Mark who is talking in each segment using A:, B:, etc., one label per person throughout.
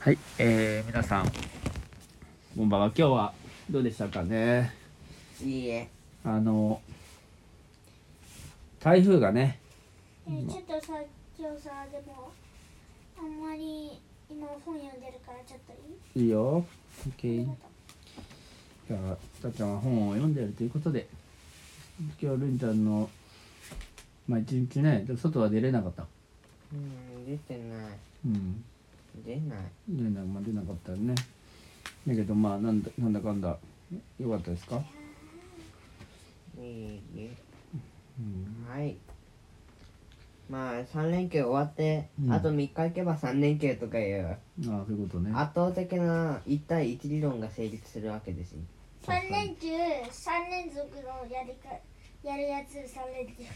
A: はい、えー、皆さん、こんばんは。今日はどうでしたかね。
B: いいえ。
A: あの、台風がね、
C: えーちょっとさ今日さでもあんまり今本読んでるからちょっといい
A: いいよ。OK
C: あ
A: じ
C: りがと
A: ゃあ、たっちゃんは本を読んでるということで、今日、るんちゃんの、まあ一日ね、でも外は出れなかった。
B: うん、出てない。
A: うん。
B: 出ない。
A: 出な,、まあ、出なかったね。だけど、まあ、なんだなんだかんだ、よかったですか
B: いいえ。
A: うん。
B: はい。まあ、3連休終わって、
A: うん
B: あと3日行けば3連休とかいう、
A: ああ、そういうことね。
B: 圧倒的な1対1理論が成立するわけですよ。
C: う三連休三連続のやりかやるやつ三連休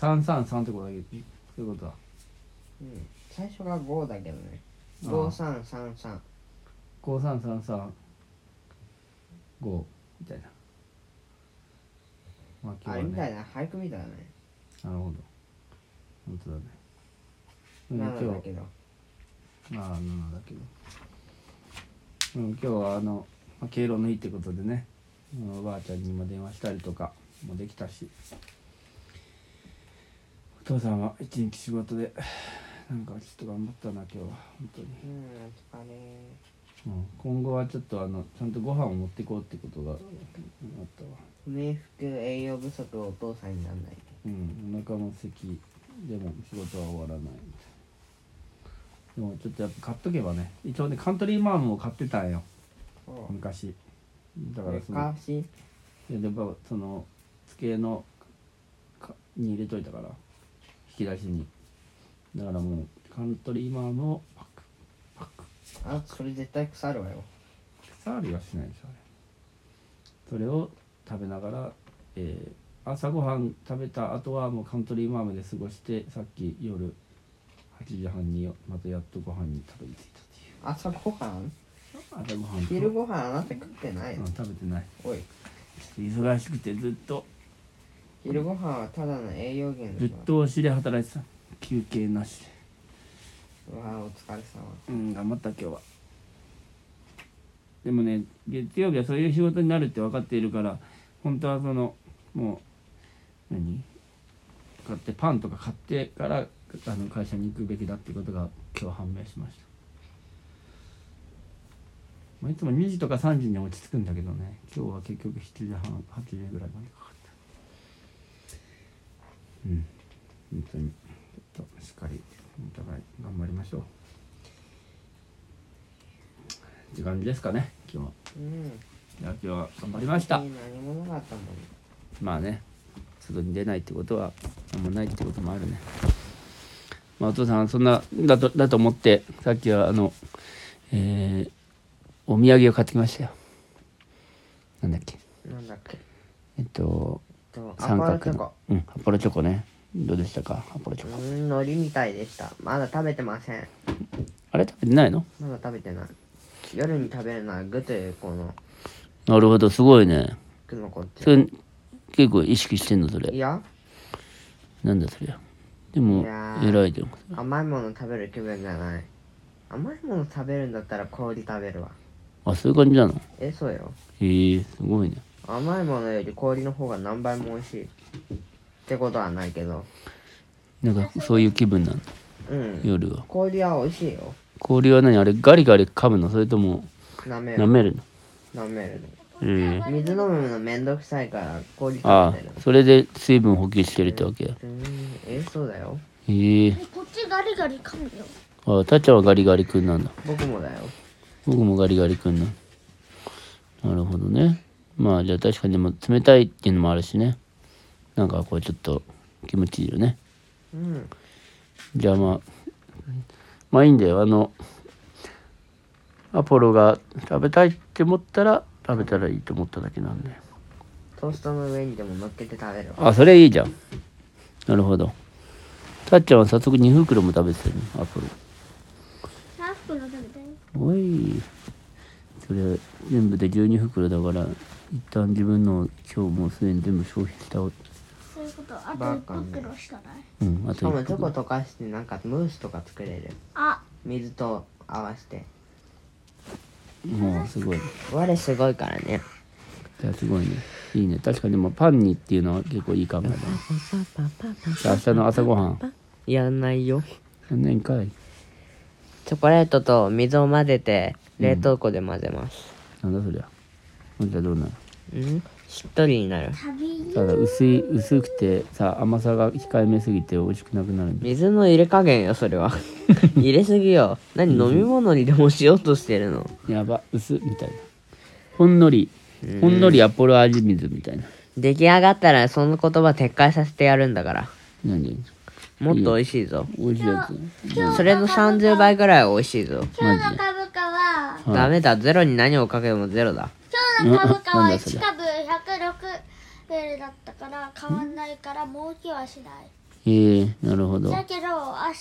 A: 333ってことだけど、そういうことだ。
B: うん。最初が5だけどね。
A: ああ
B: 5、3、3、3。
A: 五三三三五みたいな。まあ今
B: あ
A: 日
B: れ
A: は
B: みた
A: ね。
B: いな、俳句みたいだね。
A: なるほど。本当だね。うん
B: な
A: 今
B: んだけ
A: 日
B: ど。
A: まあなんだけど。うん今日はあのまあ敬老の日ってことでね、うんおばあちゃんにも電話したりとかもできたし。お父さんは一日仕事でなんかちょっと頑張ったな今日は本当に。
B: うん、お疲れ。
A: うん今後はちょっとあのちゃんとご飯を持っていこうってことがあったわ。
B: 不明服栄養不足お父さんになんないと。
A: うん、お腹の咳でも仕事は終わらないみたいなでもちょっとやっぱ買っとけばね一応ねカントリーマームを買ってたんよ
B: そ
A: 昔だ
B: う
A: からその
B: 昔、
A: いやでもその机のかに入れといたから引き出しにだからもうカントリーマームをパクパク
B: あ、それ絶対腐るわよ。
A: 触りはしないでしょあれそれを食べながら、えー朝ごはん食べた後はもうカントリーマームで過ごしてさっき夜8時半にまたやっとご飯にたどり着い
B: 朝ごはん
A: たっていう朝ごはんと
B: 昼ごはんあなた食ってない
A: うん
B: の、
A: 食べてない
B: おい
A: ちょっと忙しくてずっと
B: 昼ごはんはただの栄養源
A: ぶっ
B: だから
A: 通しで働いてた休憩なしで
B: うわお疲れ様
A: うん頑張った今日はでもね月曜日はそういう仕事になるって分かっているから本当はそのもう何買ってパンとか買ってからあの会社に行くべきだってことが今日判明しましたまあいつも2時とか3時に落ち着くんだけどね今日は結局7時半8時ぐらいまでかかったうん本当にちょっとしっかりお互い頑張りましょうって感じですかね今日は
B: うん
A: いや今日は頑張りました
B: 別に何もなかったもん
A: まあね外に出ないってことはあんまないってこともあるねまあお父さんはそんなだとだと思ってさっきはあのえーお土産を買ってきましたよなんだっけ
B: なんだっけ
A: えっと
B: とア
A: 三
B: ポロチ
A: 角
B: ョ
A: の
B: コ
A: うんアポロチョコねどうでしたかアポロチ
B: う
A: ョコ
B: ん海苔みたいでしたまだ食べてません
A: あれ食べてないの
B: まだ食べてない夜に食べるのは具というこの
A: なるほどすごいね
B: 具のこっ
A: そ
B: ち
A: れ結構意識してんのそ
B: い
A: れ
B: や
A: なんだそれでも
B: いやー
A: 偉いでも
B: 甘いもの食べる気分じゃない甘いもの食べるんだったら氷食べるわ
A: あそういう感じなの
B: えそうよ
A: へえすごいね
B: 甘いものより氷の方が何倍も美味しいってことはないけど
A: なんかそういう気分なの
B: うん
A: 夜は
B: 氷は美味しいよ
A: 氷は何あれガリガリ噛むのそれとも
B: 舐め
A: 舐
B: る
A: めるの
B: 舐める
A: ええ
B: 水飲むのめんどくさいから氷食
A: あ
B: べてる
A: あそれで水分補給してるってわけや
B: うんえそうだよ
A: へえ
C: うこっちガリガリ噛むよ
A: ああたっちゃんはガリガリ君なんだ
B: 僕もだよ
A: 僕もガリガリ君なんなるほどねまあじゃあ確かにでも冷たいっていうのもあるしねなんかこうちょっと気持ちいいよね
B: うん
A: じゃあまあまあいいんだよあのアポロが食べたいって思ったら食べたらいいと思っただけなんで
B: トーストの上にでも乗っけて食べるわ
A: あそれいいじゃんなるほどたっちゃんは早速2袋も食べてたよねアポロ
C: 何袋食べたい
A: おいそれ全部で12袋だから一旦自分の今日もうすでに全部消費したお
C: そういうことあと
B: バ
C: 1
B: カね
C: 袋しかない
A: うんあ
B: し
A: と
B: か
A: 1
B: もチョコ
A: 袋
B: 溶かしてなんかムースとか作れる
C: あ
B: 水と合わせて
A: もうすごい
B: 我すごいからね
A: じゃあすごいねいいね確かにでもパンにっていうのは結構いい考えだねじゃあ明日の朝ごはん
B: やんないよ
A: 何年かい
B: チョコレートと水を混ぜて冷凍庫で混ぜます
A: なんだそりゃほんじゃどうなる
B: うんしっとりになる
C: 旅
A: ただ薄い薄くてさ甘さが控えめすぎて美味しくなくなるんだよ
B: 水の入れ加減よそ れは入れすぎよ何飲み物にでもしようとしてるの
A: やば薄みたいなほんのりほんのりアポロ味水みたいな
B: 出来上がったらその言葉撤回させてやるんだから
A: 何
B: もっと美味しいぞ
A: 美味しいやつ
B: それの30倍ぐらい美味しいぞ
C: 今日の株価は
A: はい
B: ダメだゼロに何をかけてもゼロだ
C: 今日の株価
A: うん
C: は
A: なんだそれ
C: 1株106円だったから変わんないから儲けはしない
A: ええなるほど
C: だけど明日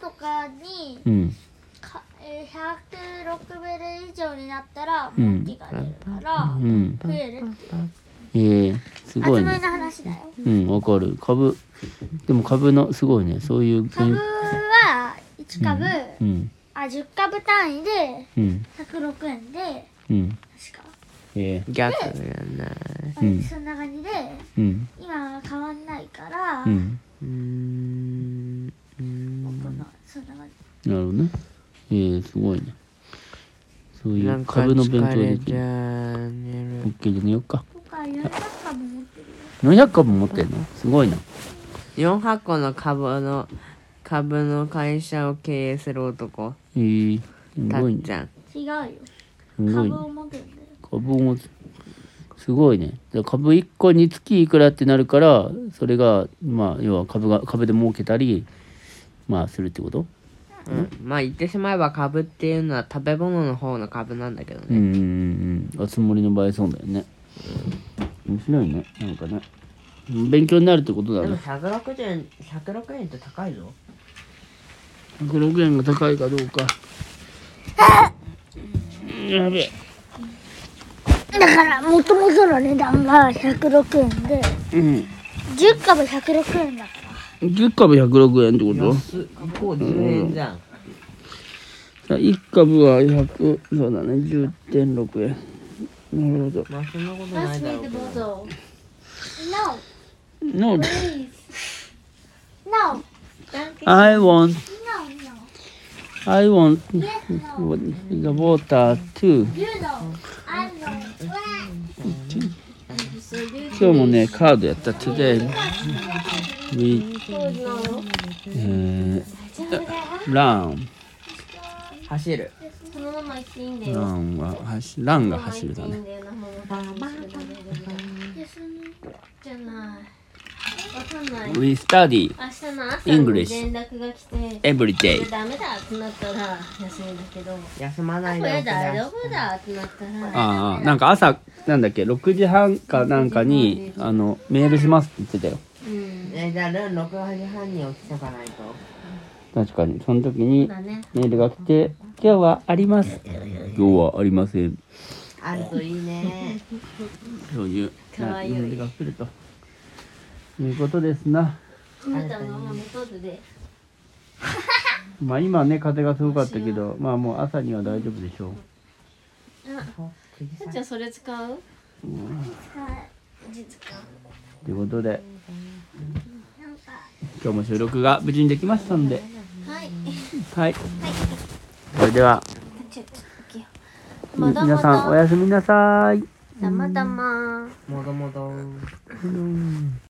C: とかに
A: うん
C: かえー106ベル以上になったら儲けが出るから
A: うん
C: 増えるっていう
A: ええす
C: 集
A: ごい
C: まり
A: ね
C: の話だよ
A: うんわかる株でも株のすごいねそういう
C: 株は1株、
A: うん
C: あ10株単位で
A: うん
C: 106円で
A: うん
C: 確か、
A: ええ
B: 逆やんない
A: うん
C: そんな感じで
A: うん
C: 今は変わんないから、
A: うん
B: うーんうー
C: こ
B: ん
C: のそんな感じ
A: なるほどねええすごいねそうい
B: な
A: うん
B: か
A: 株の勉強で
B: 疲れ
A: き
B: ち
A: る
B: ゃう寝る
A: OK で寝よっか
C: 僕は400株持ってるよ
A: 400株持ってんのすごいな
B: 4箱の株の株の会社を経営する男
A: えー、す
B: た
A: ごい
B: っ
A: ね
B: ちゃん
C: 違うよ
A: すごいね
C: 株を持ってるんだよ
A: 株を持つすごいねだから株1個につきいくらってなるからそれがまあ要は株が株で儲けたりまあするってこと
B: うん、まあ言ってしまえば株っていうのは食べ物の方の株なんだけど
A: う
B: ね、
A: んうんうんうんあつ森の場合そうだよね面白いねなんかね勉強になるってことだ
B: でも
A: ね
B: 160円106円って高いぞ
A: 106円が高いかどうか やべえ
C: だからもともとの値段が106円で
A: うん
C: 10株106円だか
A: 10株106円ってこと
B: 安っ1個10円じゃん
A: 1株は100そうだね10.6円なるほど
B: まあそんなこと
C: ら
B: ないだろうけど
C: bottle No
A: の
C: please No
A: I want
C: No No
A: I want
C: Yes No
A: the water to
C: You know I know
A: 今日もねカードやった today we、えー、run
B: 走る
D: そのまま行っていいんだよ。
A: run は走 run が走るだね
D: じゃない。わかんない。
A: we study
D: 明日の朝
A: English
D: に連絡が来て、
A: every
D: こ
A: day
D: れダメだってなったら休みだけど、こ
B: 休まないで
D: れ
B: おくれ
D: 大丈夫だってなったら、
A: ああなんか朝なんだっけ6時半かなんかにあのメールしますって言ってたよ
D: うん。
B: えじゃあルン6時半に起きとかないと
A: 確かにその時に
D: だね。
A: メールが来て「今日はあります」「今日はありません
B: あるといいね」
A: そういう
D: かわいい
A: メールが来るということですな
D: あなたのママとずで。
A: まあ今ね風がすごかったけどまあもう朝には大丈夫でしょ
D: じゃあそれ使う
A: うということで今日も収録が無事にできましたんで
D: はい。
A: はいそれでは
D: ちょっと行けよまだま
A: 皆さんお
D: だ。
A: やすみなさい
D: だまだま。
B: もどもど